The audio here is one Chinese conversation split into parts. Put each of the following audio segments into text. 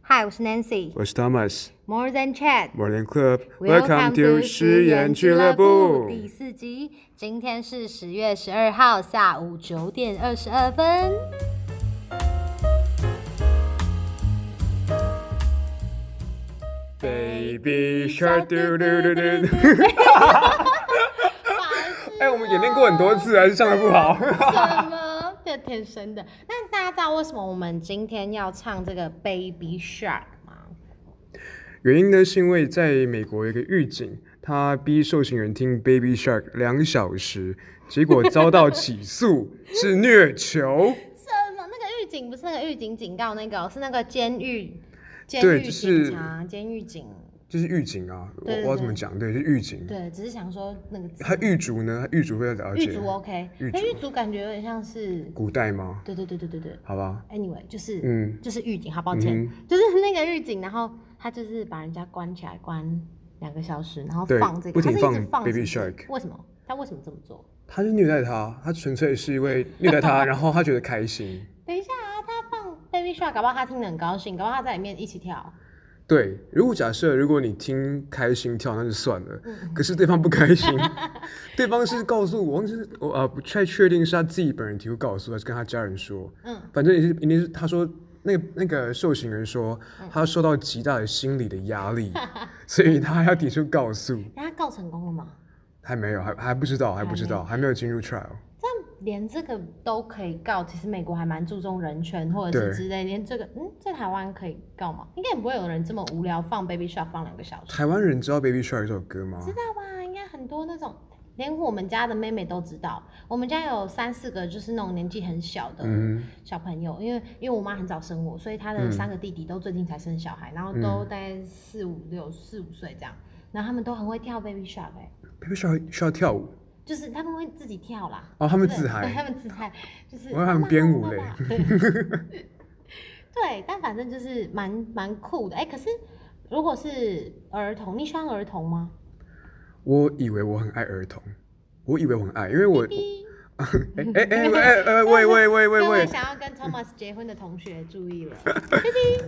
嗨，我是 Nancy。我是 Thomas。 More than chat。 Morning Club，Welcome to 食盐俱乐部。第四集。今天是十月十二号下午九点二十二分。 Baby Shark，嘟嘟嘟嘟嘟。 哎，我们演练过很多次，还是唱的不好。 什么？ 这天生的。那大家知道为什么我们今天要唱这个 Baby Shark 吗？原因呢，是因为在美国有一个狱警，他逼受刑人听 Baby Shark 两小时，结果遭到起诉是虐囚。 什么？那个狱警不是那个狱警警告那个哦，是那个监狱监对狱就是警察、监狱警。就是狱警啊，我我对对要怎对么讲？对，是狱警。对，只是想说那个字他狱卒呢？他狱卒会了狱解卒 OK，狱那卒狱卒感觉有点像是，古代吗？对对对对对对。好吧， Anyway，就是嗯就是狱警，好抱歉，嗯就是那个狱警，然后他就是把人家关起来关两个小时，然后对放这个，不他停是一直放放 Baby 是不是 Shark 为什么？他为什么这么做？他就虐待他，他纯粹是因为虐待他，然后他觉得开心。等一下啊，他放 Baby Shark，搞不好他听得很高兴，搞不好他在里面一起跳。对，如果假设如果你听开心跳那就算了，可是对方不开 心，对方是告诉我，忘记是我呃不太确定是他自己本人提出告诉，还是跟他家人说，嗯反正也是一定是他说那个那个受刑人说他受到极大的心理的压力， 所以他要提出告诉，那他告成功了吗？还没有，还还不知道，还不知道，还没有进入 trial。这样连这个都可以告，其实美国还蛮注重人权或者是对之类，连这个嗯，在台湾可以告吗？应该也不会有人这么无聊放 Baby Shark 放两个小时，台湾人知道 Baby Shark 这首歌吗？知道吧？应该很多那种，连我们家的妹妹都知道。我们家有三四个就是那种年纪很小的嗯，小朋友，因为因为我妈很早生我，所以她的三个弟弟都最近才生小孩，然后嗯都大概四五六四五岁这样，然后他们都很会跳 Baby Shark 哎、 Baby Shark 需要跳舞，就是他们会自己跳啦，哦他们就是自嗨 对他 们自嗨，就是我以为他们编舞嘞妈妈妈妈对 对，但反正就是蛮蛮酷的。哎、可是如果是儿童，你喜欢儿童吗？我以为我很爱儿童，我以为我很爱，因为我。哔哎哎哎哎哎，喂喂喂喂 各位喂，想要跟 Thomas 结婚的同学注意 了，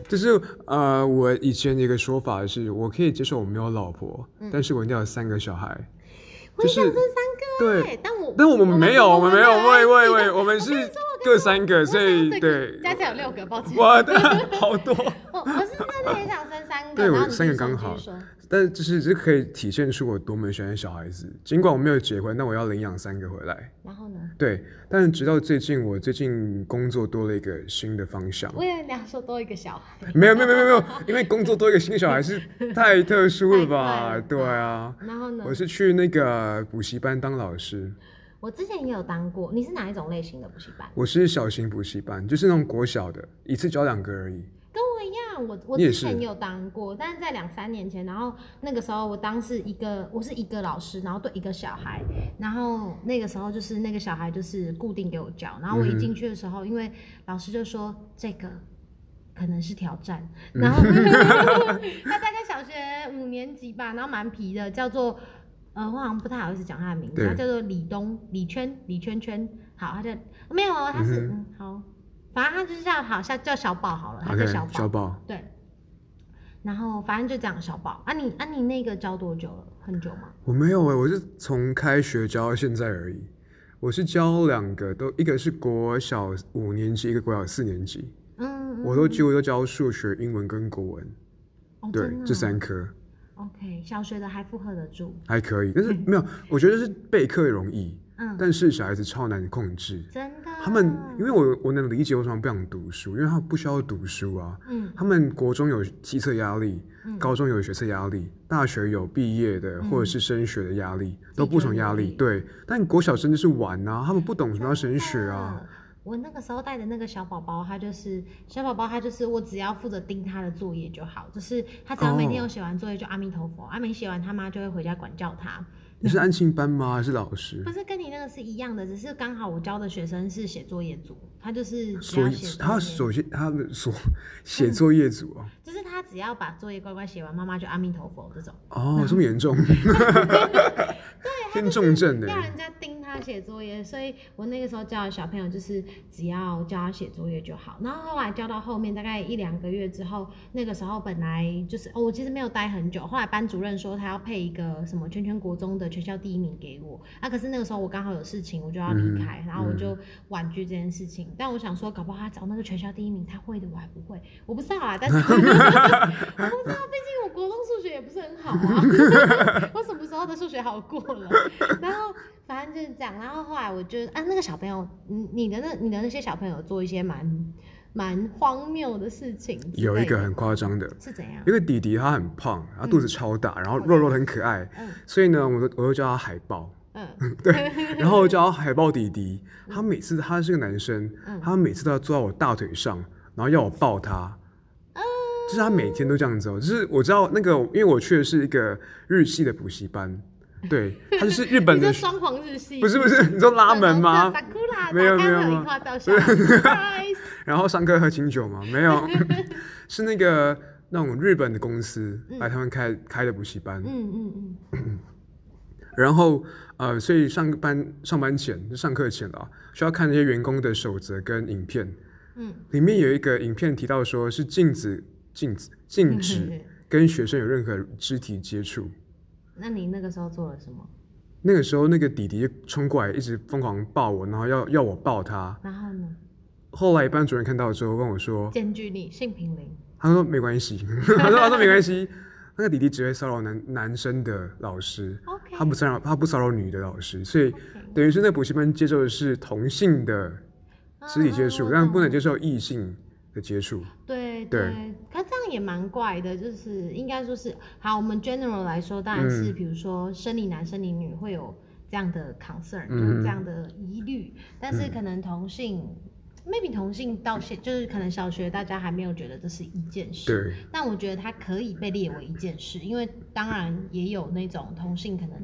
就是呃，我以前的一个说法是，我可以接受我没有老婆，但是我一定要有三个小孩，我就想是这三个、哎，对，但我但我们没有，我们没有，喂喂喂，我我们是各三个，所想以要对，加起来有六个，抱歉，我 哇，好多， 我是真的很想生三个，对然后我你三个继续刚说好继续说，但是就是这可以体现出我多么喜欢小孩子，尽管我没有结婚，但我要领养三个回来，然后呢？对，但是直到最近，我最近工作多了一个新的方向，我以为你要说多一个小孩。没有没有没有没有，因为工作多一个新小孩是太特殊了太快吧？了对啊，然后呢我？是去那个补习班当老师，我之前也有当过，你是哪一种类型的补习班？我是小型补习班，就是那种国小的，一次教两个而已。跟我一样，我我你也之是前也有当过，但是在两三年前，然后那个时候我当是一个，我是一个老师，然后对一个小孩，然后那个时候就是那个小孩就是固定给我教，然后嗯我一进去的时候，因为老师就说这个。可能是挑战，嗯然 后他大概小学五年级吧，然后蛮皮的，叫做呃，我好像不太好意思讲他的名字，对他叫做李东李圈李圈圈，好，他叫没有哦，他是嗯好，反正他就是叫好像叫小宝好了，他 OK，叫小宝，小宝，对，然后反正就这样小宝。啊你啊你那个教多久了？很久吗？我没有哎、我是从开学教到现在而已。我是教两个，都一个是国小五年级，一个国小四年级，嗯，嗯我都几乎都教数学、英文跟国文，哦对，真的这哦三科 OK，小学的还负荷得住，还可以。但是没有，我觉得是备课容易，嗯，但是小孩子超难控制。真的。啊他们嗯因为我我能理解为什么不想读书，因为他们不需要读书啊。嗯他们国中有期测压力，高中有学测压力，大学有毕业的或者是升学的压力，都不同压力。嗯自己对，但国小真的是玩啊，他们不懂什么叫升学啊真。的。我那个时候带的那个小宝宝，他就是小宝宝，他就是我只要负责盯他的作业就好，就是他只要每天哦有写完作业就阿弥陀佛，啊没写完他妈就会回家管教他。你是安庆班吗？还是老师不？是跟你那个是一样的，只是刚好我教的学生是写作业组，他就是只所要以写作他业首先他们所 写作业组啊，就是他只要把作业乖乖写完，妈妈就阿弥陀佛这种， 哦，这么严重，先重症的要人家盯他他写作业，所以我那个时候教的小朋友就是只要教他写作业就好。然后后来教到后面大概一两个月之后，那个时候本来就是、哦、我其实没有待很久，后来班主任说他要配一个什么圈圈国中的全校第一名给我，啊，可是那个时候我刚好有事情，我就要离开，嗯然后我就婉拒这件事情。但我想说，搞不好他找那个全校第一名，他会的我还不会，我不知道啊，但是我不知道，毕竟我国中数学也不是很好啊，我什么时候的数学好过了？然后反正就是这样，然后后来我就啊，那个小朋友，你你的那你的那些小朋友做一些蛮蛮荒谬的事情之类的，有一个很夸张的，是怎样？因为弟弟他很胖，他肚子超大，然后肉肉的很可爱，嗯所以呢，我就我就叫他海豹，嗯， 然后我叫他海豹弟弟。他每次他是个男生嗯，他每次都要坐在我大腿上，然后要我抱他。啊就是他每天都这样子哦，就是我知道那个，因为我去的是一个日系的补习班，对，他就是日 本你说的，双簧日系 不是不是， 你说拉门吗？没有没有樱吗花到笑 Surprise 然后上课喝清酒吗？没有， 是那个那种日本的公司来台湾开、开的补习班，嗯嗯嗯，然后呃，所以上班上班前就上课前啊，需要看那些员工的守则跟影片，嗯，里面有一个影片提到说是禁止禁止禁嗯止跟学生有任何肢体接触。那你那个时候做了什么？那个时候，那个弟弟冲过来，一直疯狂抱我，然后要要我抱他。然后呢？后来班主任看到之后问我说，检举你性平零，他说没关系， 他说他说没关系，那个弟弟只会骚扰男男生的老师 OK 他不骚扰他不骚扰女的老师，所以 OK 等于是那补习班接受的是同性的肢体接触，啊但不能接受异性的接触。对对对，可这样也蛮怪的，就是应该说是好，我们 general 来说，当然是嗯比如说生理男、生理女会有这样的 concern，、就是嗯这样的疑虑，但是可能同性、maybe 同性到现就是可能小学大家还没有觉得这是一件事，对，但我觉得它可以被列为一件事，因为当然也有那种同性可能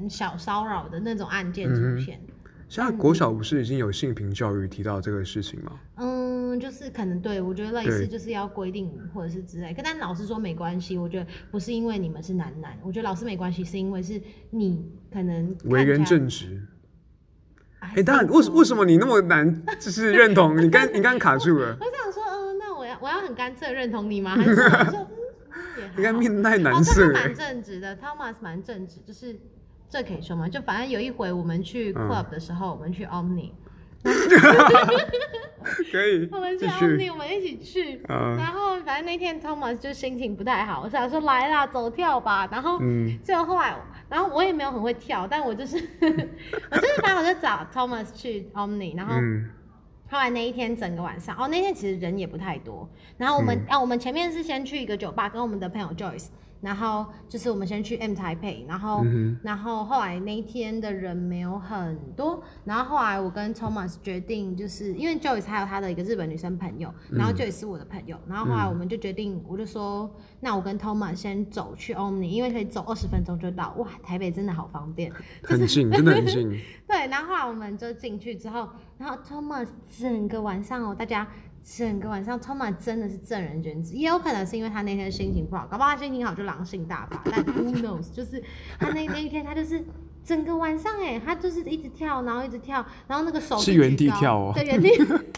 嗯小骚扰的那种案件嗯出现。现在国小不是已经有性平教育提到这个事情吗？嗯，就是可能对我觉得类对似就是要规定或者是之类，可但老师说没关系，我觉得不是因为你们是男男，我觉得老师没关系，是因为是你可能为人看起来，哦正直。哎哎，当然，为什为什？么你那么难就是 认同？你刚你刚卡住了，这样说我想说，嗯，那我要我要很干脆认同你吗？还是我说，嗯，也还 你刚好面带哦，难这色个哎蛮。正直的，Thomas 蛮正直，就是这可以说吗？就反正有一回我们去嗯 club 的时候，我们去 Omni，可以我们去继续 Omni，我们一起去。啊，然后反正那天 Thomas 就心情不太好，我想说来啦，走跳吧。然后嗯就后来，然后我也没有很会跳，但我就是 我就是反正我就找 Thomas 去 Omni，然后嗯。后来那一天整个晚上，哦，那天其实人也不太多。然后我们、啊，我们前面是先去一个酒吧，跟我们的朋友 Joyce，然后就是我们先去 M 台北，然后、嗯然后后来那一天的人没有很多，然后后来我跟 Thomas 决定，就是因为 Joyce 还有他的一个日本女生朋友，然后 Joyce 是我的朋友，然后后来我们就决定，我就说，那我跟 Thomas 先走去 Omni，因为可以走二十分钟就到，哇，台北真的好方便。很近，真的很 近。对，然后后来我们就进去之后，然后 Thomas 整个晚上哦，大家整个晚上 Thomas 真的是正人君子，也有可能是因为他那天心情不好，搞不好他心情好就狼性大发， 但 who knows，就是他那那一天他就是。整个晚上哎，他就是一直跳，然后一直跳，然后那个手是举原地高跳哦对，原地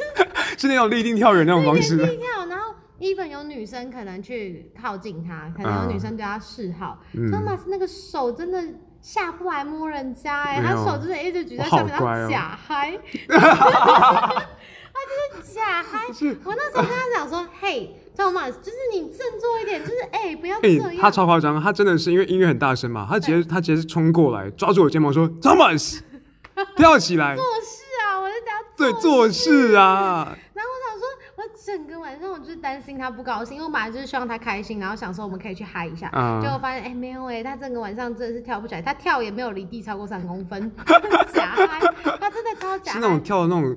是那种立定跳远那种方式原 的。地跳，然后 even 有女生可能去靠近他，可能有女生对他示好。啊嗯 Thomas 那个手真的下不来摸人家哎、没他有手真的一直举在我好上面，乖他哦假嗨， 他就是假嗨。我那时候跟他讲 说，嘿，Thomas，就是你振作一点，就是哎、不要这哎、样。他超夸张，他真的是因为音乐很大声嘛，他直接他直接是冲过来，抓住我肩膀说：“Thomas，跳起来做事啊，我就讲对，做事啊然后我想说，我整个晚上我就是担心他不高兴，因为我本来就是希望他开心，然后想说我们可以去嗨一下，啊结果发现哎、没有哎、他整个晚上真的是跳不起来，他跳也没有离地超过三公分， 假嗨，他真的超假是嗨，那种跳的那种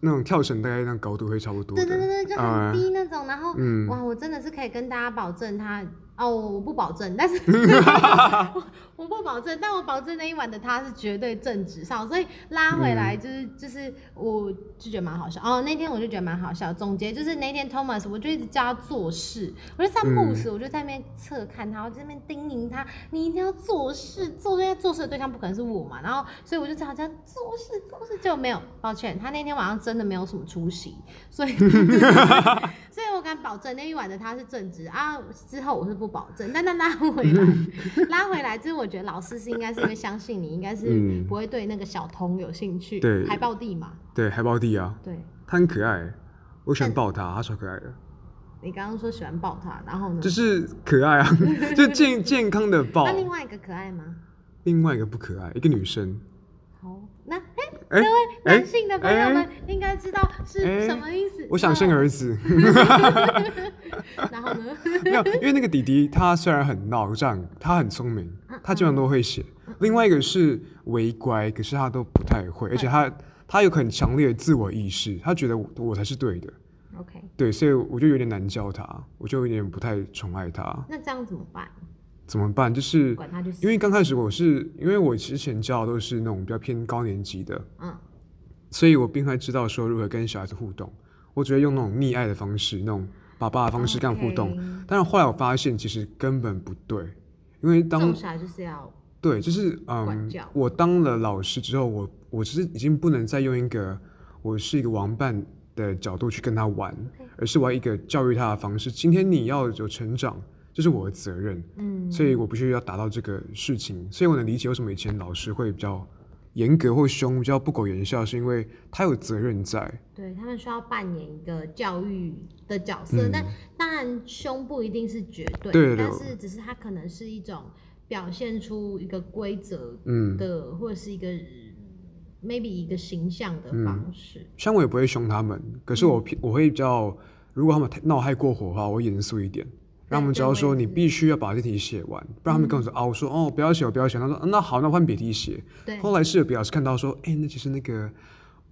那种跳绳，大概那高度会差不多对对对的。对，就啊很低那种。然后、嗯哇，我真的是可以跟大家保证，他哦，我不保证， 但是 我我不保证，但我保证那一晚的他是绝对正值上，所以拉嗯回来就是、就是我就觉得蛮好笑。哦，那天我就觉得蛮好笑。总结就是那天 Thomas 我就一直叫他做事，我就散步嗯时我就在那边侧看他，我在那边叮咛他，你一定要做事，做对做事的对象不可能是我嘛。然后所以我就叫他做事做事，就没有，抱歉，他那天晚上真的没有什么出息，所以 所以我敢保证那一晚的他是正直啊，之后我是不保证，但但拉回来，拉回来，就是我觉得老师是应该是因为相信你，应该是嗯不会对那个小童有兴趣，对海报地嘛，对，海豹弟啊，对他很可爱，我喜欢抱他，他超可爱的，你刚刚说喜欢抱他，然后呢？就是可爱 啊，就是健健康的抱那。另外一个可爱吗？另外一个不可爱，一个女生，好，那哎、各哎位哎男性的朋友们应该知道是哎什么意思。我想生而，儿子。 然后呢？ 没有，因为那个弟弟他虽然很闹，这样他很聪明，嗯他基本上都会写。另外一个是微乖，可是他都不太会，而且他他有很强烈的自我意识，他觉得我我才是对的， OK，对，所以我就有点难教他，我就有点不太宠爱他，那这样怎么办？怎么办？就是管他去死。因为刚开始我是因为我之前教的都是那种比较偏高年级的，嗯，所以我并不太知道说如何跟小孩子互动，我只会用那种溺爱的方式，那种爸爸的方式跟他互动。 OK 但是后来我发现其实根本不对，因为这当种小孩就是要对就是管嗯教，我当了老师之后，我我其实已经不能再用一个我是一个玩伴的角度去跟他玩，而是我要一个教育他的方式。今天你要有成长，这是我的责任，嗯所以我必须要达到这个事情。所以我能理解为什么以前老师会比较严格或凶，比较不苟言笑，是因为他有责任在。对他们需要扮演一个教育的角色，嗯但当然凶不一定是绝对，对但对是只是他可能是一种表现出一个规则嗯，的，或者是一个 maybe 一个形象的嗯方式。像我也不会凶他们，可是嗯我偏我会比较，如果他们太闹太过火的话，我会严肃一点，让他们知道说对我也你是嗯必须要把这题写完，不然他们跟我说、啊，我说哦不要写，我不要写，他说、啊那好，那换别题写。对，后来是有别老师看到说，哎、那其实那个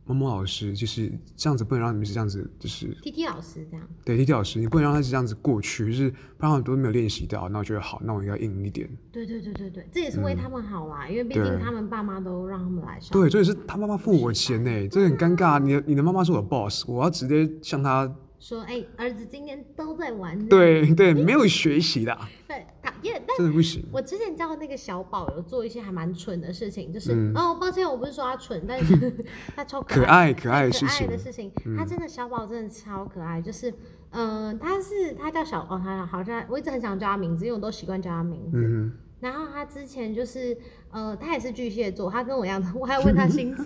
某某老师就是这样子，不能让你们是这样子，就是，T T 老师这样，对 T T 老师，你不能让他是这样子过去，就是不然很多没有练习到，那我觉得好，那我应该硬一点。对对对对对，这也是为他们好啦，因为毕竟嗯对他们爸妈都让他们来上。对，重点是他妈妈付我钱呢、这个很尴尬。你的你的妈妈是我的 boss，我要直接向他，说哎、儿子今天都在玩，对对，没有学习的啊、对，讨厌，但真的不行。我之前教的那个小宝有做一些还蛮蠢的事情，就是、哦，抱歉，我不是说他蠢，但是 他超嗯可爱爱可爱的事可爱情嗯的，事情。他真的小宝真的超可爱，就是嗯、呃他是他叫小哦，他好像我一直很想叫他名字，因为我都习惯叫他名字。嗯然后他之前就是，呃，他也是巨蟹座，他跟我一样，我还问他星 座，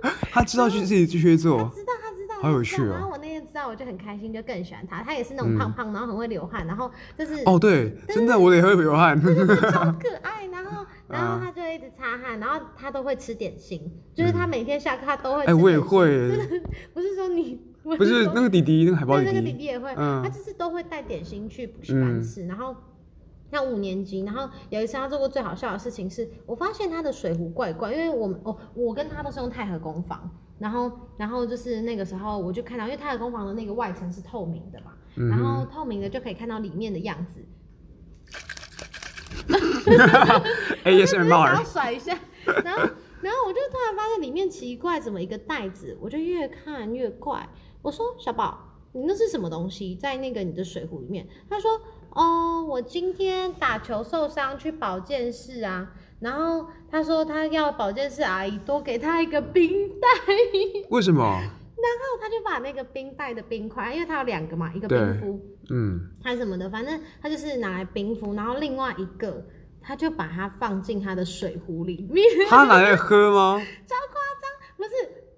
哼，他知道去自己巨蟹他座，知道，他知道，好有趣他知道哦嗯然后我那天知道，我就很开心，就更喜欢他。他也是那种胖胖，然后很会流汗，然后就是哦对，真的我也会流汗，超可爱，然啊后然后他就一直擦汗，然后他都会吃点心，就是他每天下课他都会。哎我也，会，不是说你， 我不是说那个弟弟那个海豹对弟那个弟弟弟，也会，嗯他就是都会带点心去补习班嗯吃，然后。像五年级，然后有一次他做过最好笑的事情是，我发现他的水壶怪怪，因为我们哦，我跟他都是用太和工坊，然后然后就是那个时候我就看到，因为太和工坊的那个外层是透明的嘛，嗯然后透明的就可以看到里面的样子，我就只是哎也是人想 要儿，甩一下，然后然后我就突然发现里面奇怪，怎么一个袋子，我就越看越怪。我说小宝，你那是什么东西在那个你的水壶里面？他说哦，我今天打球受伤去保健室啊。然后他说他要保健室阿姨多给他一个冰袋， 为什么？然后他就把那个冰袋的冰块，因为他有两个嘛，一个对冰敷，嗯，还什么的，反正他就是拿来冰敷，然后另外一个他就把它放进他的水壶里面，他拿来喝吗？不是，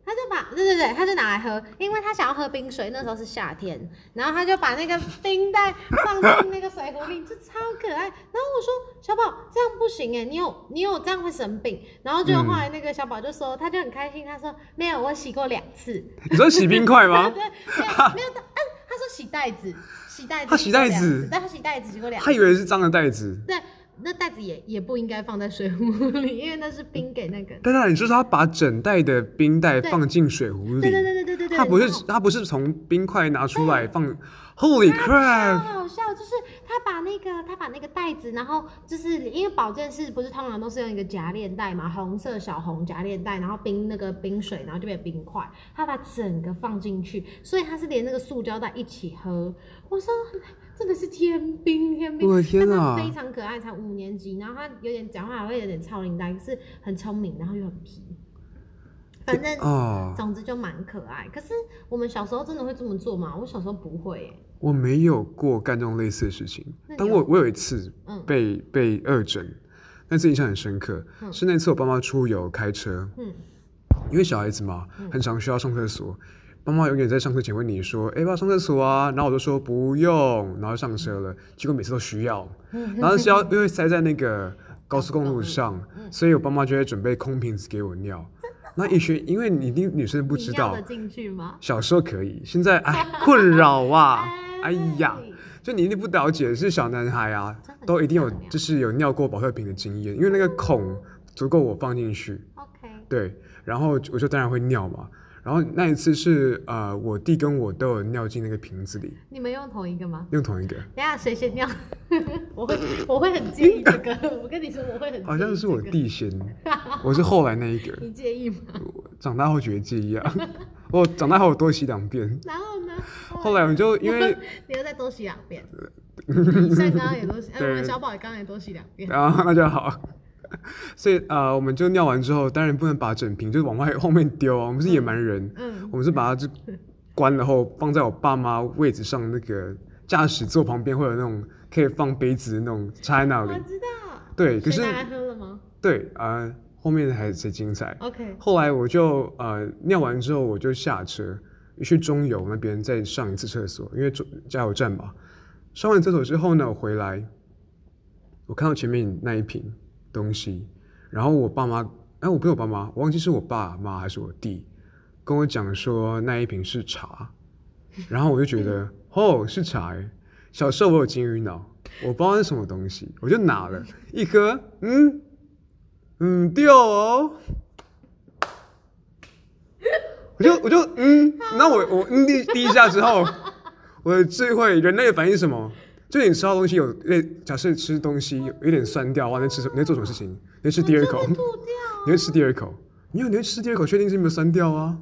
他就把对对对，他就拿来喝，因为他想要喝冰水，那时候是夏天，然后他就把那个冰袋放进那个水壶里，就超可爱。然后我说小宝这样不行哎，你有你有这样会生病。然后就后来那个小宝就说，他就很开心，他说没有，我洗过两次，你说洗冰块 吗对？没有没有，嗯，他说洗袋子，洗袋子，他洗袋子过两次但他洗袋子洗过两次他。以为是脏的袋子，对，那袋子也也不应该放在水壶里，因为那是冰给那个。但是你说他把整袋的冰袋对放进水壶对里对，对对对对对对，它不然后是它不是从冰块拿出来放，Holy 超 crap！好笑，就是他把那个他把那个袋子，然后就是因为保健室不是通常都是用一个夹链袋嘛，红色小红夹链袋，然后冰那个冰水，然后就变冰块，他把整个放进去，所以他是连那个塑胶袋一起喝。我说真的是天兵天兵，我的天但他啊非常可爱，才五年级，然后他有点讲话还会有点超龄呆，可是很聪明，然后又很皮，反正。啊，总之就蛮可爱，可是我们小时候真的会这么做吗？我小时候不会欸耶、我没有过干这种类似的事情那，你但有我我有一次嗯被被二诊，那次印象很深刻，是那次我爸妈出游开车，嗯，因为小孩子嘛，很常需要上厕所。妈妈永远在上课前问你说：“哎、要不要上厕所啊？”然后我就说不用，然后上车了。结果每次都需要，嗯然后 需要因为塞在那个高速公路上，嗯所以我爸妈就会准备空瓶子给我尿。啊那一学，因为你你女生不你知要道得，进去吗？小时候可以，现在哎困扰啊！哎呀，哎就你一定不了解，是小男孩啊真的很，都一定有漂亮就是有尿过保特瓶的经验，因为那个孔足够我放进去。 ，OK，对，然后我就当然会尿嘛。然后那一次是呃，我弟跟我都有尿进那个瓶子里，你们用同一个吗？用同一个，等一下谁 先尿？我会我会很介意这个， 我跟你说我会很介意、好像是我，弟先，我是后来那一个。你介意吗？我长大后觉得介意啊， 我长大后我多洗两遍。然后呢？后来我们就因为 你又再多洗两遍，你像刚刚也多 洗，哎，我对们小宝也刚刚也多洗两遍。啊，那就好。 所以呃，我们就尿完之后，当然不能把整瓶就是往外 后面丢啊，我们是野蛮人，嗯，我们是把它就关了后放在我爸妈位置上那个驾驶座旁边，会有那种可以放杯子的那种插在那我里。知道。对，可是谁拿来喝了吗对啊、呃后面还是精彩。 ？OK，后来我就呃尿完之后我就下车去中油那边再上一次厕所，因为中加油站嘛。上完厕所之后呢，我回来，我看到前面那一瓶东西，然后我爸妈，哎，我不是我爸妈，我忘记是我爸妈还是我弟跟我讲说那一瓶是茶，然后我就觉得哦是茶哎，小时候我有金鱼脑，我不知道是什么东西，我就拿了一喝，嗯嗯掉哦。我就我就嗯，那我我嗯第第一下之后， 我的智慧人类的反应是什么？就你吃到东西有类，假设吃东西有有点酸掉，哇，你在吃什么？你在做什么事情？你在吃第二口，我真的吐啊掉，你会吃第二口，没有，你会吃第二口，确定是没有酸掉啊？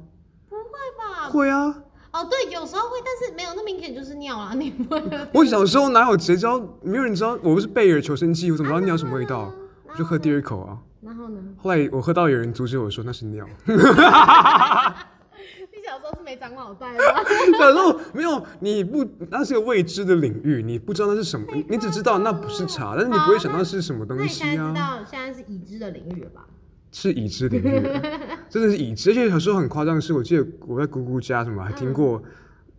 不会吧？会啊，哦，对，有时候会，但是没有那明显就是尿啊啦，你不会。我小时候哪有谁知道？没有人知道我不是贝尔求生剂，我怎么知道尿什么味道？我就喝第二口啊。然后呢？后来我喝到有人阻止我说那是尿， 你小时候是没长脑袋吗？小时候没有，你不那是个未知的领域，你不知道那是什么，你你只知道那不是茶，但是你不会想到是什么那东你西现在知 啊，道现在是已知的领域了吧？是已知 领域，真的是已知。而且小时候很夸张的是，我记得我在姑姑家什么还听过，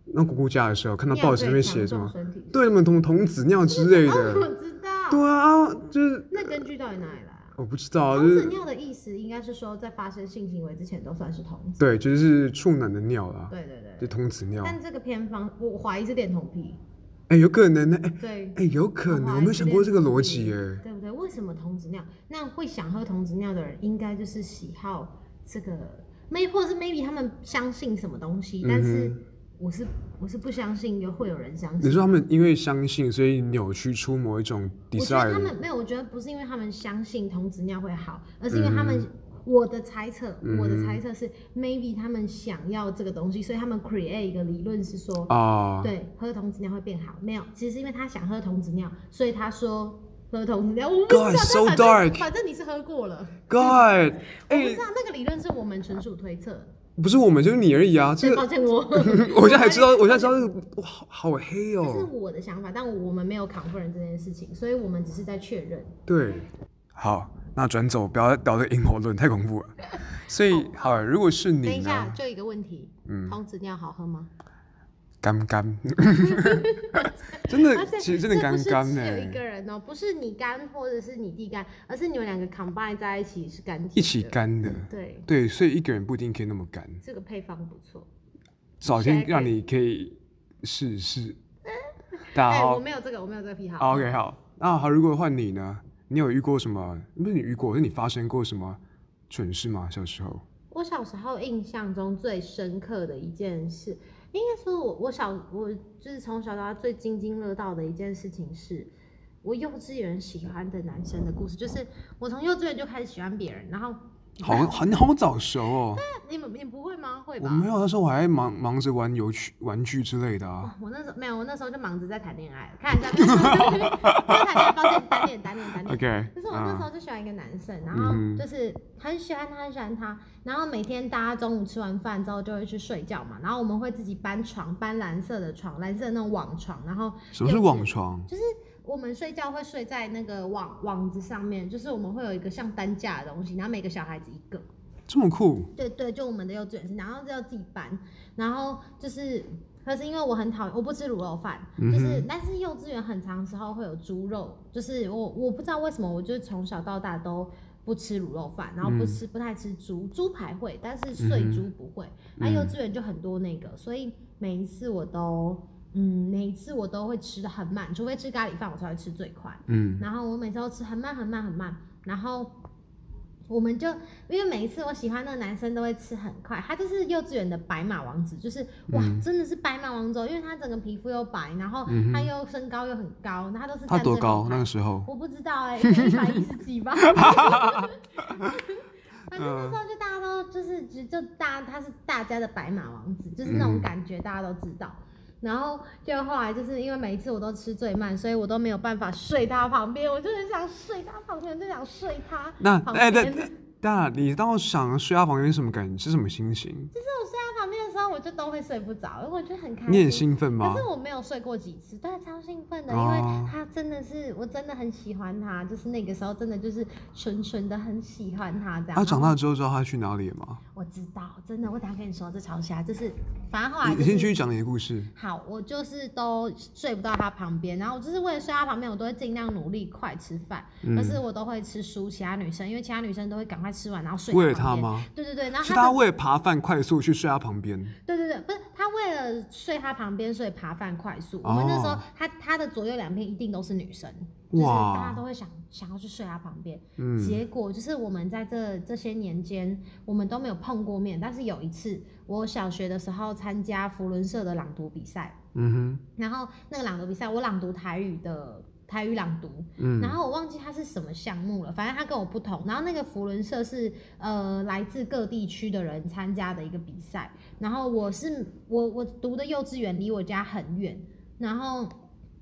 那姑姑家的时候看到报纸上面写什么尿最强壮。身体对，什么童童子尿之类哦， 的。我知道。对啊，就是那根据到底哪里来啊？我不知道，就童子是尿的意思应该是说，在发生性行为之前都算是童子。对，就是处男的尿啦，对对对啊就对。童子尿。但这个偏方，我怀疑是恋童癖。哎，有可能呢，哎对。哎，有可怀能，疑我没有是想过恋这个童逻癖辑哎。对不对？为什么童子尿？那会想喝童子尿的人，应该就是喜好这个，may 或者是 maybe 他们相信什么东西，但是我是我是不相信有会有人相嗯你信。说他们因为相信，所以扭曲出某一种我觉得他 desire，们没有，我觉得不是因为他们相信童子尿会好，而是因为他嗯们、我的猜测，我的猜测是 maybe 他们想要这个东西，所以他们 create 一个理论是说，啊？对，喝童子尿会变好。没有，其实是因为他想喝童子尿，所以他说喝童子尿。我不知道 God, so 但反正 dark 反正你是喝过了。我 God，不哎知，道那个理论是我们纯属推测，不是我们就是你而已啊！所这以个抱歉我。我现在才知道，我现在知道这个哇，好黑这是 哦。我的想法，但我们没有 confirm 这件事情，所以我们只是在确认。对，好，那转走，不要聊的阴谋论，太恐怖了。所以好，如果是哦等你一下，呢？嗯就一个问题，童子尿好喝吗？干 干，真的而，且其实真的啊这不干是干欸只有一呢，个人哦，不是你干或者是你弟干，而是你们两个 combine 在一起是干体的一起。干的。对，对，所以一个人不一定可以那么干，这个配方不错。找谁天可让以你可以 试试。大家哎，好我，没有这个，我没有这个癖好。好 OK，好，那好，如果换你呢？你有遇过什么？不是你遇过，是你发生过什么蠢事吗？小时候？我小时候印象中最深刻的一件事，应该说我我小我就是从小到大最津津乐道的一件事情是，我幼稚园喜欢的男生的故事，就是我从幼稚园就开始喜欢别人，然后好很好早熟哦。你们你们不会吗？会吧？我没有，那时候我还忙忙着玩游戏玩具之类的哦啊。我那时候没有，我那时候就忙着在谈恋爱，看一下，在谈恋爱，抱歉，单恋，单恋，单恋。 OK，就是我哦那时候啊，就喜欢一个男生，然后嗯哼就是很喜欢他，很喜欢他。然后每天大家中午吃完饭之后就会去睡觉嘛，然后我们会自己搬床，搬蓝色的床，蓝色的那种网床，然后什么是网床？就是我们睡觉会睡在那个网网子上面，就是我们会有一个像担架的东西，然后每个小孩子一个。这么酷？对对，就我们的幼稚园是，然后就要自己搬，然后就是，可是因为我很讨厌，我不吃卤肉饭，嗯就是，但是幼稚园很长时候会有猪肉，就是我我不知道为什么，我就是从小到大都不吃卤肉饭，然后不嗯吃、不太吃猪，猪排会，但是碎猪不会，那、幼嗯稚园就很多那个，所以每一次我都。嗯，每一次我都会吃的很慢，除非吃咖喱饭，我才会吃最快。嗯然后我每次都吃很慢很慢很慢，然后我们就因为每一次我喜欢那个男生都会吃很快，他就是幼稚园的白马王子，就是哇，真的是白马王子哦，因为他整个皮肤又白，然后嗯嗯哼他又身高又很高，然后他都是他站多最高后？排那个时候？我不知道哎、欸，一百一十几吧。反正那时候就大家都就是就就大他是大家的白马王子，就是那种嗯感觉，大家都知道。然后就后来就是因为每一次我都吃最慢，所以我都没有办法睡他旁边，我就很想睡他旁边，我就想睡他那旁哎，边。那那那你当时想睡他旁边是什么感觉？是什么心情？就是我睡他旁边的时候，我就都会睡不着，因为我就很开你很心。兴奋吗可是？我没有睡过几次，对，超兴奋的，因哦为他真的是，我真的很喜欢他，就是那个时候真的就是纯纯的很喜欢他这样。他啊长大之后知道他去哪里了吗？我知道，真的，我等一下跟你说，这超瞎，就是反正后来你就你先继是。续讲你的故事。好，我就是都睡不到他旁边，然后我就是为了睡他旁边，我都会尽量努力快吃饭，嗯可是我都会吃输其他女生，因为其他女生都会赶快吃完然后睡为了旁他边？吗？对对对，然后是们他为了扒饭快速去睡他旁边。对对对，不是他为了睡他旁边，所以爬饭快速。我们那时候哦他他的左右两边一定都是女生，就是哇大家都会想想要去睡他旁边。嗯，结果就是我们在这这些年间，我们都没有碰过面，但是有一次我小学的时候参加福伦社的朗读比赛，嗯哼，然后那个朗读比赛我朗读台语的台语朗读，然嗯，后我忘记他是什么项目了，反正他跟我不同。然后那个福伦社是呃来自各地区的人参加的一个比赛，然后我是我我读的幼稚园离我家很远，然后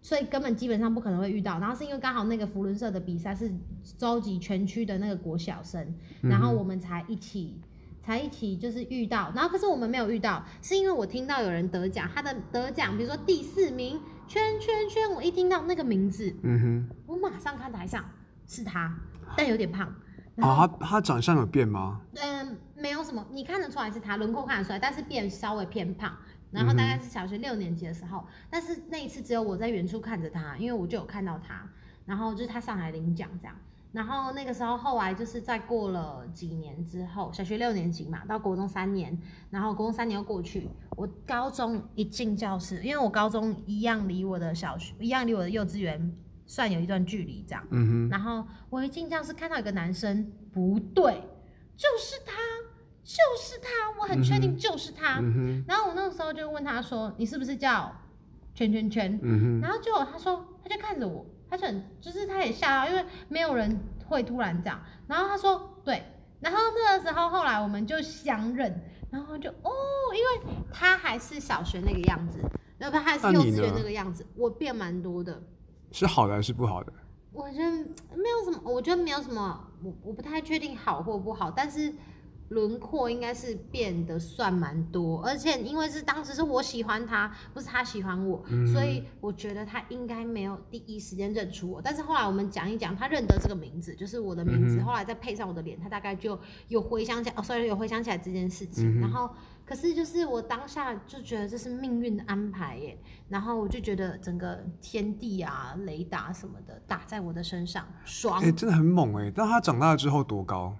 所以根本基本上不可能会遇到。然后是因为刚好那个福伦社的比赛是召集全区的那个国小生，然后我们才一起。才一起就是遇到，然后可是我们没有遇到，是因为我听到有人得奖，他的得奖，比如说第四名，圈圈圈，我一听到那个名字，嗯我马上看台上是他，但有点胖。哼，然后，啊，他他长相有变吗？嗯、没有什么，你看得出来是他，轮廓看得出来，但是变稍微偏胖。然后大概是小学六年级的时候，但是那一次只有我在远处看着他，因为我就有看到他。然后就是他上来领奖这样。然后那个时候后来就是再过了几年之后，小学六年级嘛，到国中三年，然后国中三年又过去，我高中一进教室，因为我高中一样离我的小学，一样离我的幼稚园算有一段距离这样。嗯然后我一进教室看到一个男生，不对，就是他，就是他，我很确定就是他。哼，嗯哼，然后我那个时候就问他说：“你是不是叫圈圈圈？”嗯哼，然后结果他说，他就看着我，他就很就是他也吓到，因为没有人会突然这样。然后他说对，然后那个时候后来我们就相认，然后就哦，因为他还是小学那个样子，要不他还是那幼你稚园呢那个样子，我变蛮多的。是好的还是不好的？我觉得没有什么，我觉得没有什么，我我不太确定好或不好，但是轮廓应该是变得算蛮多，而且因为是当时是我喜欢他，不是他喜欢我，所以我觉得他应该没有第一时间认出我。但是后来我们讲一讲，他认得这个名字，就是我的名字，后来再配上我的脸，他大概就有回想起来，哦，sorry，有回想起来这件事情。然后，可是就是我当下就觉得这是命运的安排耶，然后我就觉得整个天地啊、雷达什么的打在我的身上，爽哎，。真的很猛哎！那他长大之后多高？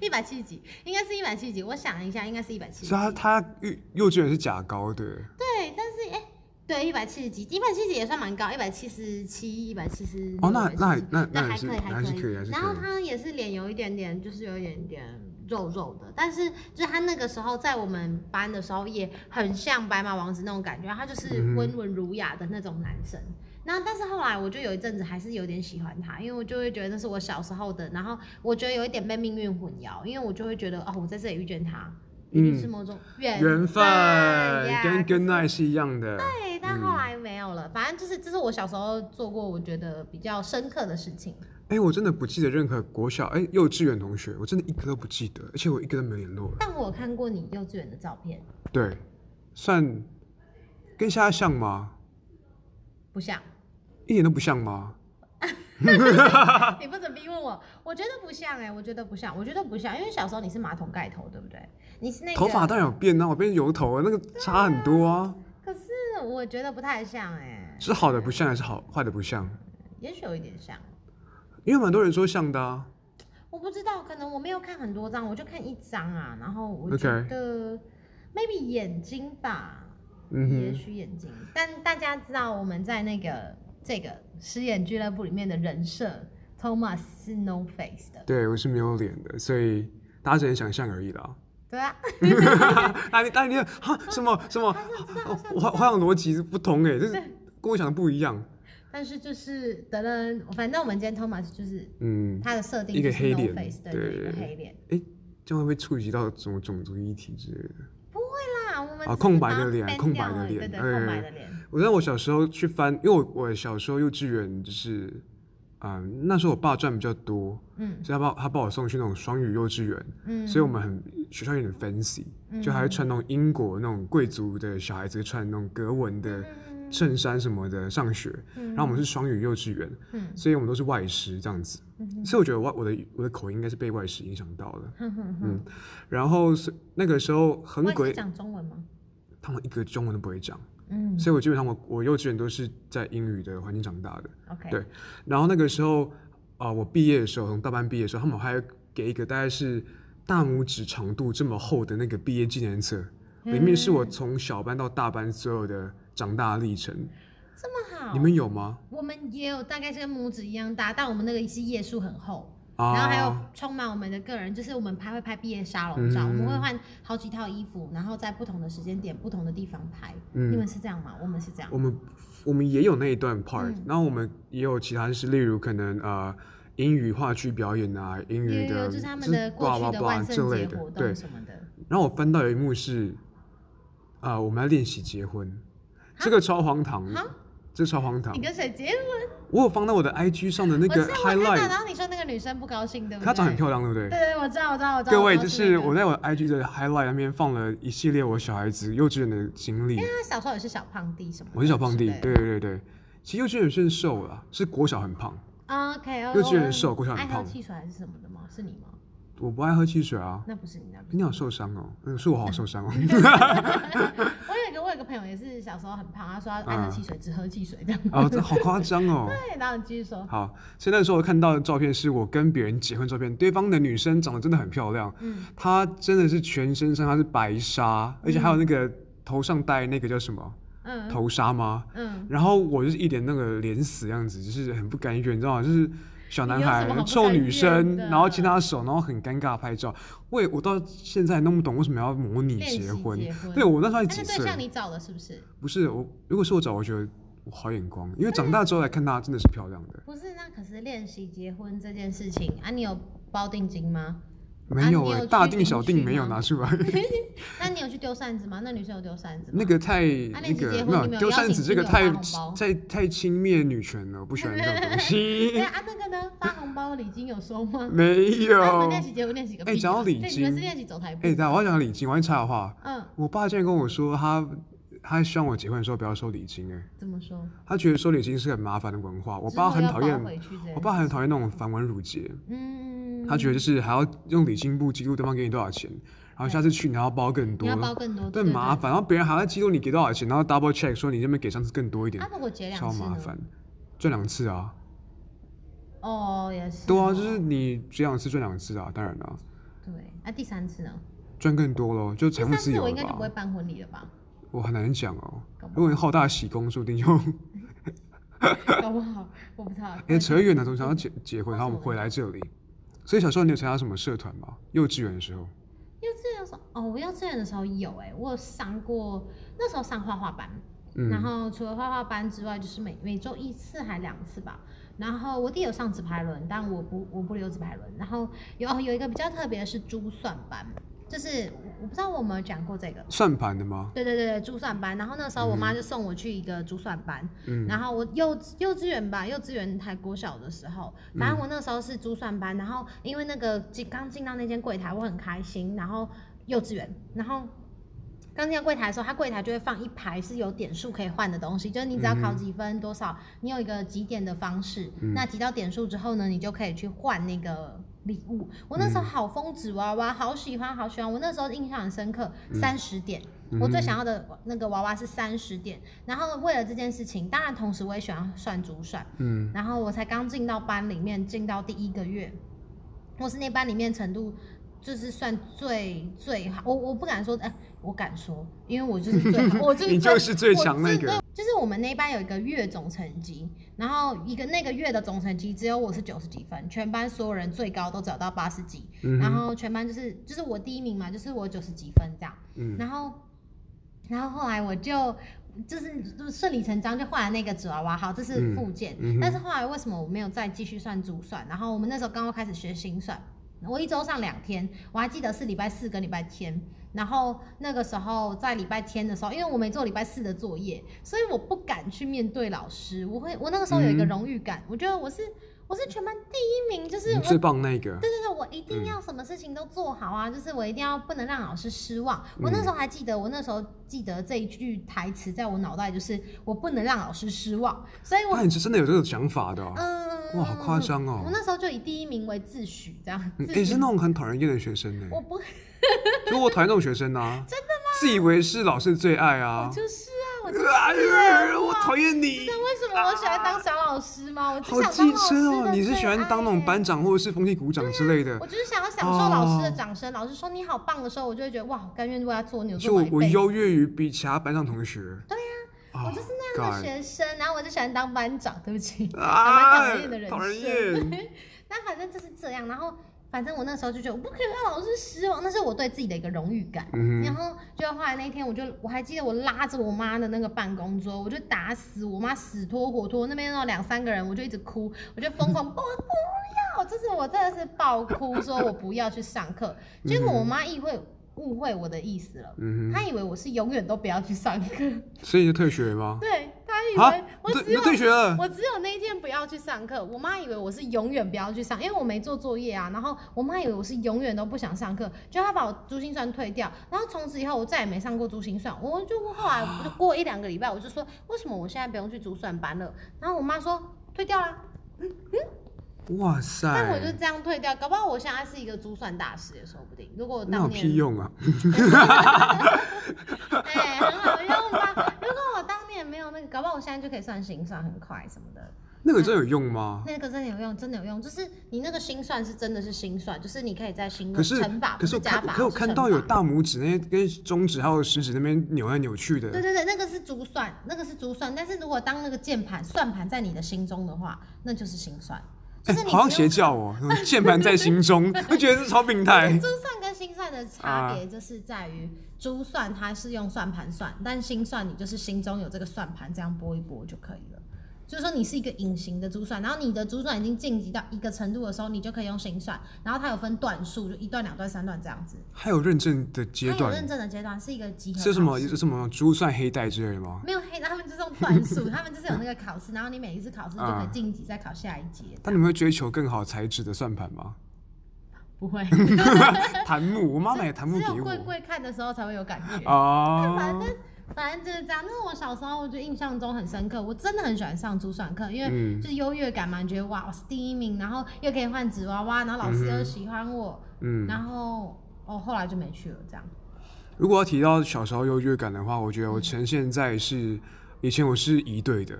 一百七十几，应该是一百七十啊几，我想一下，应该是一百七十所以他几。他幼幼稚园是假高的，对，但是哎、对，一百七十几，一百七十也算蛮高，一百七十七、一百七十。哦，那那还那那还还是可以，还是可以，还是可然后以。他也是脸有一点点，就是有一点点肉肉的，但是就是他那个时候在我们班的时候，也很像白马王子那种感觉，他就是嗯哼温文儒雅的那种男生。那但是后来我就有一阵子还是有点喜欢他，因为我就会觉得那是我小时候的，然后我觉得有一点被命运混淆，因为我就会觉得哦，我在这里遇见他，一定是嗯某种缘缘分呀跟可是 Good Night 是一样的。对，但嗯后来没有了。反正就是，这是我小时候做过我觉得比较深刻的事情。哎，我真的不记得任何国小哎幼稚园同学，我真的一个都不记得，而且我一个都没联络了。但我有看过你幼稚园的照片，对，算跟现在像吗？不像，一点都不像吗？你不准逼问我，我觉得不像哎、我觉得不像，我觉得不像，因为小时候你是马桶盖头，对不对？你是那个头发当然有变啊，我变油头啊，那个差很多啊。可是我觉得不太像哎、是好的不像还是好坏的不像？也许有一点像，因为蛮多人说像的啊。我不知道，可能我没有看很多张，我就看一张啊，然后我 OK 觉得 maybe 眼睛吧。嗯也哼，许眼睛，但大家知道我们在那个这个诗眼俱乐部里面的人设，Thomas 是 no face 的，对我是没有脸的，所以大家只能想象而已啦。 对啊，那你那你哈什么什么？哦我好像逻辑是不通哎，就是跟我想的不一样。但是就是等等，反正我们今天 Thomas 就是嗯，他的设定一个就是黑 no 脸 face，对，对一个黑脸。哎，这样会不会触及到什么种族议题之类的？啊，我们啊只是空白把它的脸 ban 空掉白的而已脸对对，哎空白的脸。我在我小时候去翻，因为我我小时候幼稚园就是，嗯、那时候我爸赚比较多，嗯所以他把他把我送去那种双语幼稚园，嗯，所以我们很学校有点 fancy，、就还会穿那种英国那种贵族的小孩子会穿那种格纹的嗯衬衫什么的上学，然后我们是双语幼稚园，嗯所以我们都是外师这样子，所以我觉得外我的我的口音应该是被外师影响到了，哼哼哼，嗯，然后是那个时候很我也鬼是，讲中文吗？他们一个中文都不会讲。嗯所以我基本上我我幼稚园都是在英语的环境长大的。 ，OK，对然后那个时候，啊、我毕业的时候，从大班毕业的时候，他们还会给一个大概是大拇指长度这么厚的那个毕业纪念册，嗯里面是我从小班到大班所有的长大历程。这么好，你们有吗？我们也有大概是跟拇指一样大，但我们那个是页数很厚。啊，然后还有充满我们的个人，就是我们拍会拍毕业沙龙照，嗯我们会换好几套衣服，然后在不同的时间点、不同的地方拍。嗯你们是这样吗？我们是这样我。们我们也有那一段 part，、嗯然后我们也有其他，就是例如可能呃英语话剧表演啊，英有语有的有，就是他们的过 blah 去 blah 的 blah 万圣这类节的活，对动，什么的，然后我翻到有一幕是，啊、我们要练习结婚，这个超荒唐哈，这超荒唐你。跟谁结婚？我有放到我的 IG 上的那我知个道我看到，然 highlight，后你说那个女生不高兴，对不对？她长得很漂亮，对不对？对对，对我知道，我知道，我知道。各位，我知道就是那个我在我的 IG 的 highlight 那边放了一系列我小孩子幼稚园的经历。他小时候也是小胖弟什么的？我是小胖弟是不，是对对对对。其实幼稚园是瘦了，啊是国小很胖。啊 OK，哦幼稚园的时候我小很爱喝胖汽水还是什么的吗？是你吗？我不爱喝汽水啊，那不是你，那不是你好受伤哦，嗯，是我好受伤 哦。我有一个我有一个朋友也是小时候很胖，他说他嗯爱喝汽水，只喝汽水这样。 啊，这好夸张哦。对，然后你继续说，好，所以那时候我看到的照片是我跟别人结婚照片，对方的女生长得真的很漂亮，嗯她真的是全身上下是白纱，而且还有那个头上戴那个叫什么嗯头纱吗？嗯，然后我就是一脸那个脸死样子，就是很不甘愿，你知道吗？就是小男你有什么孩好不臭女甘生，愿的然后牵她的手，然后很尴尬拍照。我也我到现在弄不懂为什么要模拟练习结婚。结婚对我那时候才那几个岁对？象你找的是不是？不是我，如果是我找，我觉得我好眼光，因为嗯长大之后来看她真的是漂亮的。不是，那可是练习结婚这件事情啊，你有包定金吗？啊没你有哎、有大去定领小取定没有吗 拿出来，那你有去丢扇子吗？那女生有丢扇子吗？ 那个太啊那你直个接没问有你们有丢邀扇请子，这亲个友发太红包太太轻蔑女权了，我不喜欢这种东对 西。 啊，那个呢？发红包礼金有收吗？没那你们有，练习结婚练习个屁啊！哎讲到礼对你们金是练习走台步哎，。等下我要讲礼金，我要插的话，嗯，我爸竟然跟我说他他希望我结婚的时候不要收礼金、哎，怎么说？他觉得收礼金是很麻烦的文化。我之爸后很要讨包厌，回去这样我爸很讨厌那种繁文缛节，嗯，他觉得就是还要用礼金簿记录对方给你多少钱，然后下次去你还要包更你多要，包更多，对，对对麻。烦，然后别人还要记录你给多少钱，然后 double check 说你这边给上次更多一点啊，，如果结两超次麻呢？烦，赚两次啊，哦，也是哦。对啊，就是你结两次赚两次啊，当然啦、对。那第三次呢？赚更多咯，就财第富三自次由我了应该就不会吧？办婚礼了吧？我很难讲哦搞不好。如果你好大喜功，说不定就搞不好我不知道。因为哎扯远了，总想要结结婚，然后我们回来这里。所以小时候你有参加什么社团吗？幼稚园的时候，幼稚园的时候，哦，我幼稚园的时候有哎、我有上过，那时候上画画班，嗯然后除了画画班之外，就是每每周一次还两次吧。然后我弟有上直排轮，但我不我不溜直排轮。然后有哦有一个比较特别的是珠算班，就是我我不知道我有没有讲过这个。算盘的吗？对对对对，珠算班。然后那时候我妈就送我去一个珠算班，嗯然后我幼幼稚园吧，幼稚园还国小的时候，反正我那时候是珠算班，然后因为那个进刚进到那间柜台，我很开心。然后幼稚园，然后刚进到柜台的时候，它柜台就会放一排是有点数可以换的东西，就是你只要考几分多少，你有一个几点的方式，那集到点数之后呢，你就可以去换那个。礼物，我那时候好疯纸娃娃，好喜欢，好喜欢。我那时候印象很深刻，三十点，我最想要的那个娃娃是三十点。然后为了这件事情，当然同时我也喜欢算珠算。嗯，然后我才刚进到班里面，进到第一个月，我是那班里面程度就是算最最好。我我不敢说，哎、我敢说，因为我就是最 好，我就是你就是最强那。我个是就是我们那班有一个月总成绩，然后一个那个月的总成绩只有我是九十几分，全班所有人最高都只有到八十几，嗯哼然后全班就是就是我第一名嘛，就是我九十几分这样。嗯然后，然后后来我就就是就顺理成章就换了那个纸娃娃，好，这是附件。嗯嗯哼但是后来为什么我没有再继续算珠算？然后我们那时候刚刚开始学心算，我一周上两天，我还记得是礼拜四跟礼拜天。然后那个时候在礼拜天的时候，因为我没做礼拜四的作业，所以我不敢去面对老师。我会，我那个时候有一个嗯荣誉感，我觉得我是我是全班第一名，就是你我最棒那个，对对对，我一定嗯要什么事情都做好啊！就是我一定要不能让老师失望。我嗯那时候还记得，我那时候记得这一句台词在我脑袋，就是我不能让老师失望。所以我那你是真的有这种想法的哦、嗯，哎哇，好夸张哦我！那时候就以第一名为自诩，这样。你自欸、是诩那种很啊讨人厌的学生呢、我不，就我讨厌那种学生啊，真的吗？自以为是老师最爱啊， 就是啊，我就是啊啊我讨厌你知道，为什么我喜欢当小老师吗？我只好想当机老师车哦！的哎你是最喜欢当那种爱班长或者是风气鼓掌之类的我，就是想要享受老师的哦掌声。老师说你好棒的时候，我就会觉得哇，我甘愿为他做牛就做马我一我辈子优越于比其他班上同学。啊对呀、啊我就是那样的 God 学生，然后我就喜欢当班长，对不起，啊还蛮讨人厌的人讨人生 厌。那反正就是这样，然后反正我那时候就觉得我不可以让老师失望，那是我对自己的一个荣誉感。嗯然后就后来那一天，我就我还记得我拉着我妈的那个办公桌，我就打死我妈死拖活拖，那边有两三个人，我就一直哭，我就疯狂我不要，就是我真的是爆哭，说我不要去上课。结果我妈意会误会我的意思了，嗯她以为我是永远都不要去上课。 哼，所以你就退学吗？对他以啊为我，对，只你有就退学了。我只有那一天不要去上课，我妈以为我是永远不要去上，因为我没做作业啊。然后我妈以为我是永远都不想上课，就她把我珠心算退掉，然后从此以后我再也没上过珠心算。我就后来我就过一两个礼拜，我就说为什么我现在不用去珠算班了？然后我妈说退掉啦，哇塞，但我就这样退掉，搞不好我现在是一个珠算大师也说不定。如果我那有当屁年用啊！哎、很好用吧？如果我当年没有那个，搞不好我现在就可以算心算很快什么的。那个嗯真的有用吗？那个真的有用，真的有用，就是你那个心算是真的是心算，就是你可以在心可论是乘法，可不是我加看，法，可是我是看乘到有法。大拇指那些跟中指还有食指那边扭来扭去对的，对对，那个是珠算，那个是珠算。但是如果当那个键盘算盘在你的心中的话，那就是心算。就哎、是你好像只邪有 教哦，那种键盘在心中，我觉得是超病态。珠算跟心算的差别就是在于，珠算它是用算盘算，但心算你就是心中有这个算盘，这样拨一拨就可以了。就是说你是一个隐形的珠算，然后你的珠算已经晋级到一个程度的时候，你就可以用心算，然后它有分段数，就一段、两段、三段这样子。还有认证的阶它有认段，证的阶段是一个集合考试，是什么？是什么珠算黑带之类的吗？没有黑的，他们就是用段数，他们就是有那个考试，然后你每一次考试就可以啊晋级，再考下一节。那你们会追求更好材质的算盘吗？不 会，呃檀木，我妈买檀木只给有贵我贵看的时候才会有感觉。啊反。正反正就是这样。那我小时候我就印象中很深刻，我真的很喜欢上珠算课，因为嗯就是优越感嘛，你觉得哇我是第一名，然后又可以换纸娃娃，然后老师又喜欢我，嗯，然后哦后来就没去了这样。如果要提到小时候优越感的话，我觉得嗯我呈现在是以前我是一队的，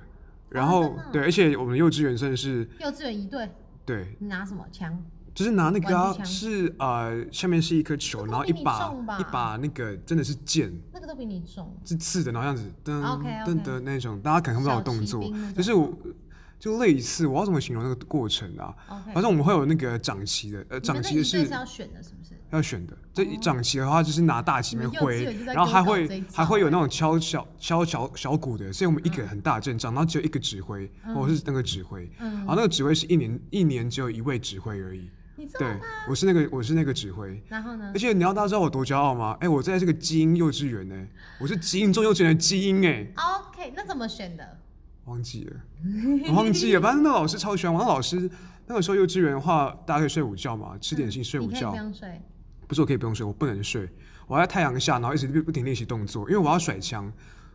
然哦后真的哦对，而且我们幼稚园算是幼稚园一队，对你拿什么枪？就是拿那个、玩啊、具枪是呃下面是一颗球，那个然后比一你把重吧一把那个真的是剑，那个都比你重。是刺的，然后这样子噔 OK，OK 噔噔那种，大家可能看不到我动哦小骑作兵那，种就是我就类似，我要怎么形容那个过程啊？ OK，反正我们会有那个掌旗的，呃，嗯你掌们那旗的一队是是要选的，是不是？要选的。这一掌旗的话，就是拿大旗哦你面们挥幼稚园就，在然后还给我搞会这一招哎嗯还会有那种敲小敲小小鼓的，所以我们一个很大阵仗，然后只有一个指挥，我是那个指挥，嗯然后那个指挥是一年一年只有一位指挥而已。你这对么，我是那个我是那个指挥。然后呢而？且你要大家知道我多骄傲吗？哎、我在这个基因幼稚园呢、我是基因中幼稚园的基因哎、 OK，那怎么选的？忘记了， 我忘记了。反正那个老师超喜欢我，那老师那个时候幼稚园的话，大家可以睡午觉嘛，吃点心睡午嗯你可以觉这。样睡。不是我可以不用睡，我不能睡，我要在太阳下，然后一直不停练习动作，因为我要甩枪。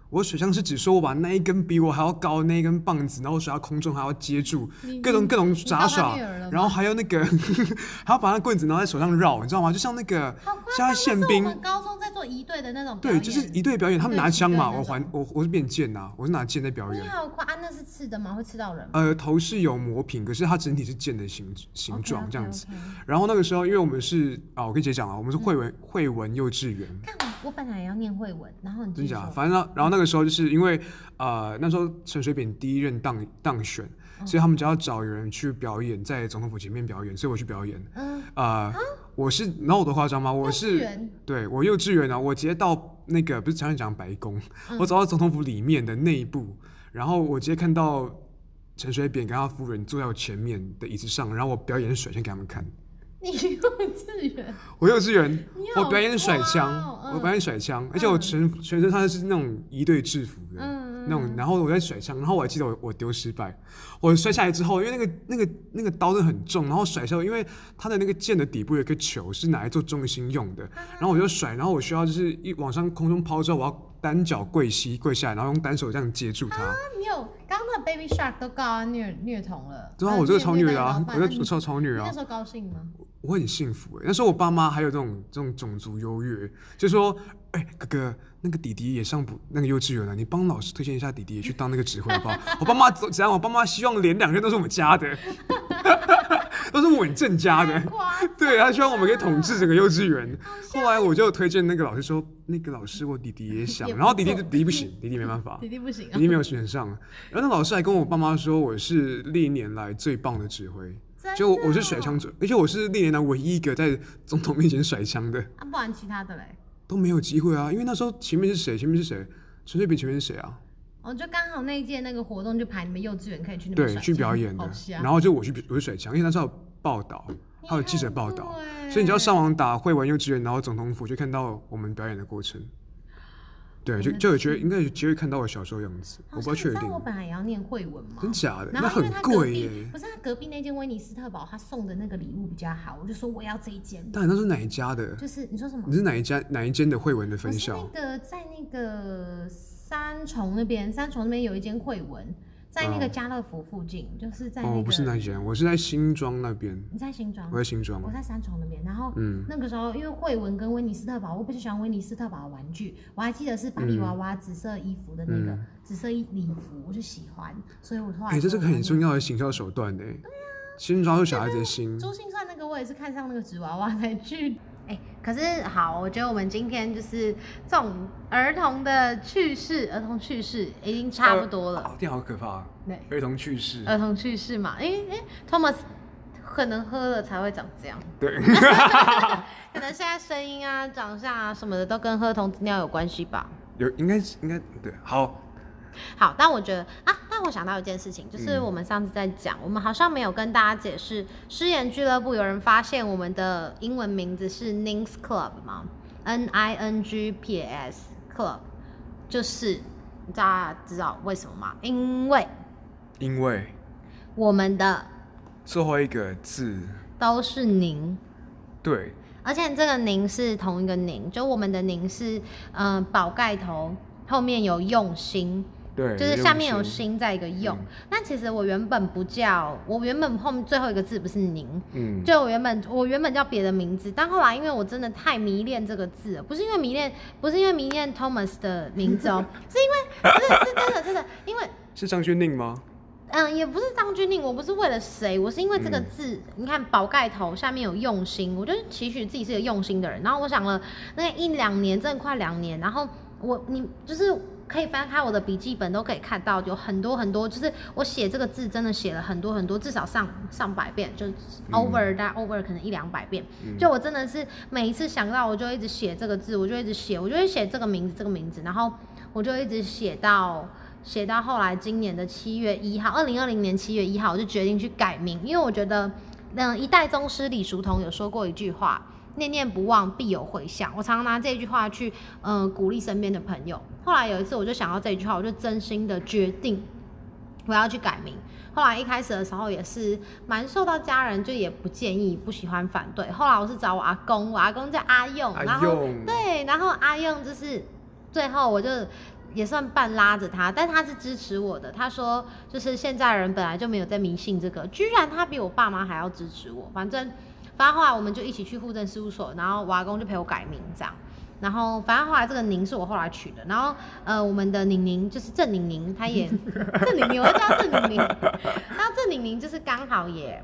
我甩枪是指说我把那一根比我还要高的那一根棒子，然后我甩到空中还要接住你，各种各种你杂你告诉他耍虐儿了吗，然后还有那个 还要把那棍子拿在手上绕，你知道吗？就像那个好夸张！像宪兵那是我们高中在做一队的那种表对，演，就是一队表演，他们拿枪嘛，对我一队还我我是变剑呐、我是拿剑在表你演。好夸啊！那是刺的吗？会刺到人吗？呃，头是有磨平，可是它整体是剑的形形 OK，状 OK，这样子 OK。然后那个时候，因为我们是啊，我跟姐讲啊，我们是惠文、惠文幼稚园，看我，我本来也要念绘文，然后你真继续假？说反正呢然后那个时候就是因为呃那时候陈水扁第一任当当选，所以他们就要找人去表演，在总统府前面表演，所以我去表演。嗯，呃，我是，然后我多夸张吗？我幼稚是园对我幼稚园呢、我直接到那个不是常常讲白宫，我走到总统府里面的内部，然后我直接看到陈水扁跟他夫人坐在我前面的椅子上，然后我表演甩枪给他们看。你幼稚园，我幼稚园你，好我表演甩枪，乖哦嗯我表演甩枪，而且我全全身穿的是那种一队制服的、嗯嗯那种，然后我在甩枪，然后我还记得我我丢失败，我摔下来之后，因为那个那个那个刀子很重，然后甩下来，因为它的那个剑的底部有一个球是拿来做重心用嗯的，然后我就甩，然后我需要就是一往上空中抛之后，我要单脚跪膝跪下来，然后用单手这样接住它，那你有刚刚那 Baby Shark 都告他虐虐童了，对啊，那我这个虐超虐女待的啊劳，犯我那这你我超超女你啊那，时候高兴吗？ 我很幸福哎、那时候我爸妈还有这种这种种族优越，就说，哎、哥哥，那个弟弟也上补那个幼稚园啊了，你帮老师推荐一下弟弟也去当那个指挥好不好？我爸妈怎怎样？我爸妈希望连两任都是我们家的， 都是稳正家的。哇， 对，他希望我们可以统治整个幼稚园。后来我就推荐那个老师说，那个老师我弟弟也想，也不然后弟弟错弟弟不行，弟弟没 办法，弟弟不行弟啊，弟没有选上。然后那老师还跟我爸妈说，我是历年来最棒的指挥。真就的我是哦甩枪者，而且我是历年来唯一一个在总统面前甩枪的，啊，不然其他的嘞，都没有机会啊！因为那时候前面是谁？前面是谁？陈水扁前面是谁啊？哦，就刚好那一届那个活动就排你们幼稚园可以去那边对，甩去枪表演的好。香哦啊然后就我去我去甩枪，因为那时候有报道，还有记者报道，所欸以你只要上网打会玩幼稚园，然后总统府就看到我们表演的过程。对，就就有觉得应该有机会看到我小时候的样子，我好不像太确你知定道，我本来也要念绘文嘛，真假的？然那后因为很他隔贵壁耶。不是他隔壁那间威尼斯特堡，他送的那个礼物比较好，我就说我要这一间，但那是哪一家的？就是你说什么你？是哪一家哪一间的会文的我分是校那？个在那个三重那边，三重那边有一间惠文，在那个家乐福附近，就是在那个、嗯哦，不是那一间，我是在新庄那边，你在新庄我，在新庄。我在三重那边。然后嗯那个时候，因为惠文跟威尼斯特堡，我比较喜欢威尼斯特堡的玩具，我还记得是芭比娃娃紫色衣服的那个、嗯紫色衣礼服，我就喜欢，所以我后来哎、这是个很重要。要的行销手段呢、啊先抓住小孩子的心。珠心算那个我也是看上那个纸娃娃才去。 哎、可是好，我觉得我们今天就是这种儿童的趣事，儿童趣事已经差不多了。哦，天啊好可怕、啊！对，儿童去世。儿童趣事嘛，哎、哎、t h o m a s 可能喝了才会长这 样，对，可能现在声音啊、长相啊什么的都跟喝童子尿有关系吧。有应该是应该对，好，好，但我觉得啊，但我想到一件事情，就是嗯我们上次在讲，我们好像没有跟大家解释，诗言俱乐部有人发现我们的英文名字是 Nings Club 吗？N I N G P S Club，就是大家知道为什么吗？因为因为我们的最后一个字，都是您。对，而且这个宁是同一个宁，就我们的宁是嗯、呃宝盖头，后面有用心，对，就是下面有用，嗯心在一个用。那其实我原本不叫，我原本后面最后一个字不是宁。嗯，就我原本我原本叫别的名字，但后来因为我真的太迷恋这个字了，不是因为迷恋，不是因为迷恋 Thomas 的名字哦，是因为不是是真的真的，因为是张轩宁吗？嗯，也不是当军令，我不是为了谁，我是因为这个字，你看宝盖头下面有用心，我就期许自己是个用心的人。然后我想了那一两年，真的快两年，然后我你就是。可以翻开我的笔记本，都可以看到有很多很多，就是我写这个字真的写了很多很多，至少上上百遍，就是 over 大概 over 可能一两百遍。就我真的是每一次想到，我就一直写这个字，我就一直写，我就会写这个名字这个名字，然后我就一直写到写到后来今年的七月一号，二零二零年七月一号，我就决定去改名，因为我觉得，嗯，一代宗师李叔同有说过一句话。念念不忘，必有回响。我常常拿这句话去，嗯、鼓励身边的朋友。后来有一次，我就想到这句话，我就真心的决定，我要去改名。后来一开始的时候也是蛮受到家人就也不建议、不喜欢、反对。后来我是找我阿公，我阿公叫阿用，然哎后呦，对，然后阿用就是最后我就也算半拉着他，但他是支持我的。他说，就是现在人本来就没有在迷信这个，居然他比我爸妈还要支持我。反正，反正后来我们就一起去户政事务所，然后我阿公就陪我改名这样。然后，反正后来这个宁是我后来取的。然后，呃，我们的宁宁就是郑宁宁，她 也郑宁宁，我就叫她郑宁宁。然后郑宁宁就是刚好也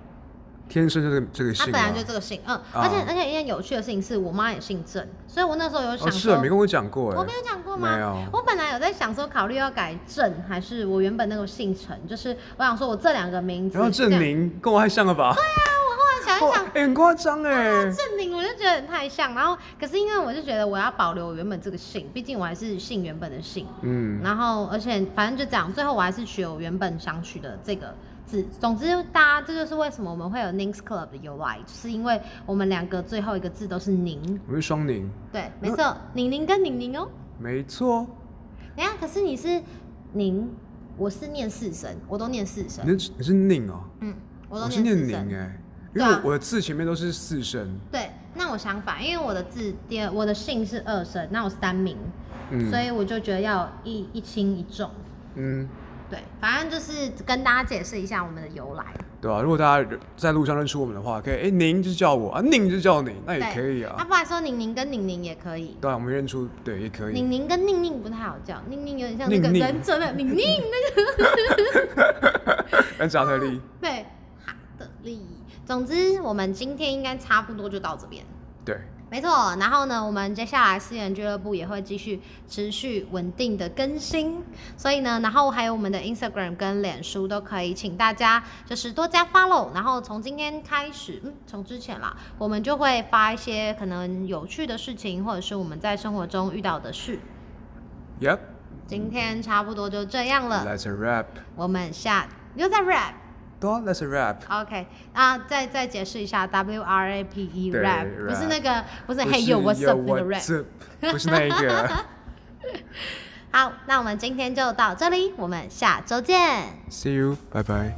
天生就这个这个他姓本啊来就。这个姓，嗯，而且啊而且一件有趣的事情是我妈也姓郑，所以我那时候有哦，想是说，啊，没跟我讲过我跟哎，你讲过没吗？有，我本来有在想说，考虑要改郑，还是我原本那个姓陈，就是我想说我这两个名字，然后郑这样，宁跟我太像了吧？啊突然想一哦想，哎，很夸张哎，啊郑宁我就觉得很太像，然后可是因为我就觉得我要保留我原本这个姓，毕竟我还是姓原本的姓，嗯，然后而且反正就这样，最后我还是取我原本想取的这个字。总之，大家这就是为什么我们会有 Nings Club 的由来，就是因为我们两个最后一个字都是宁。我是双宁，对，嗯没错，宁宁跟宁宁哦。没错，等一下，可是你是宁，我是念四声，我都念四声，你是你是宁哦，嗯，我都我是念四声宁。哎，因对为啊我我的字前面都是四声，对，那我相反，因为我的字第二，我的姓是二声，那我是单名，嗯所以我就觉得要一一轻一重。嗯，对，反正就是跟大家解释一下我们的由来。对啊，如果大家在路上认出我们的话，可以哎宁就叫我啊，宁就叫你，那也对可以那啊。不然说宁宁跟宁宁也可以。对啊，我们认出对也可以。宁宁跟宁宁不太好叫，宁宁有点像那个宁宁忍者的宁 宁那安扎特利，个对哈德利。总之，我们今天应该差不多就到这边。对，没错，然后呢，我们接下来私人俱乐部也会继续持续稳定的更新，所以呢，然后还有我们的 Instagram 跟脸书都可以，请大家就是多加 follow，然后从今天开始，嗯，从之前啦，我们就会发一些可能有趣的事情，或者是我们在生活中遇到的事。 Yep，今天差不多就这样了， That's a wrap。我们下又在 rap。对啊，That's a wrap。 OK 啊，再再解释一下，W R A P E 对 rap 不是那个不是 Hey yo what's up 那个 rap。 rap？不是那 一个。好，那我们今天就到这里，我们下周见。 See you，拜拜。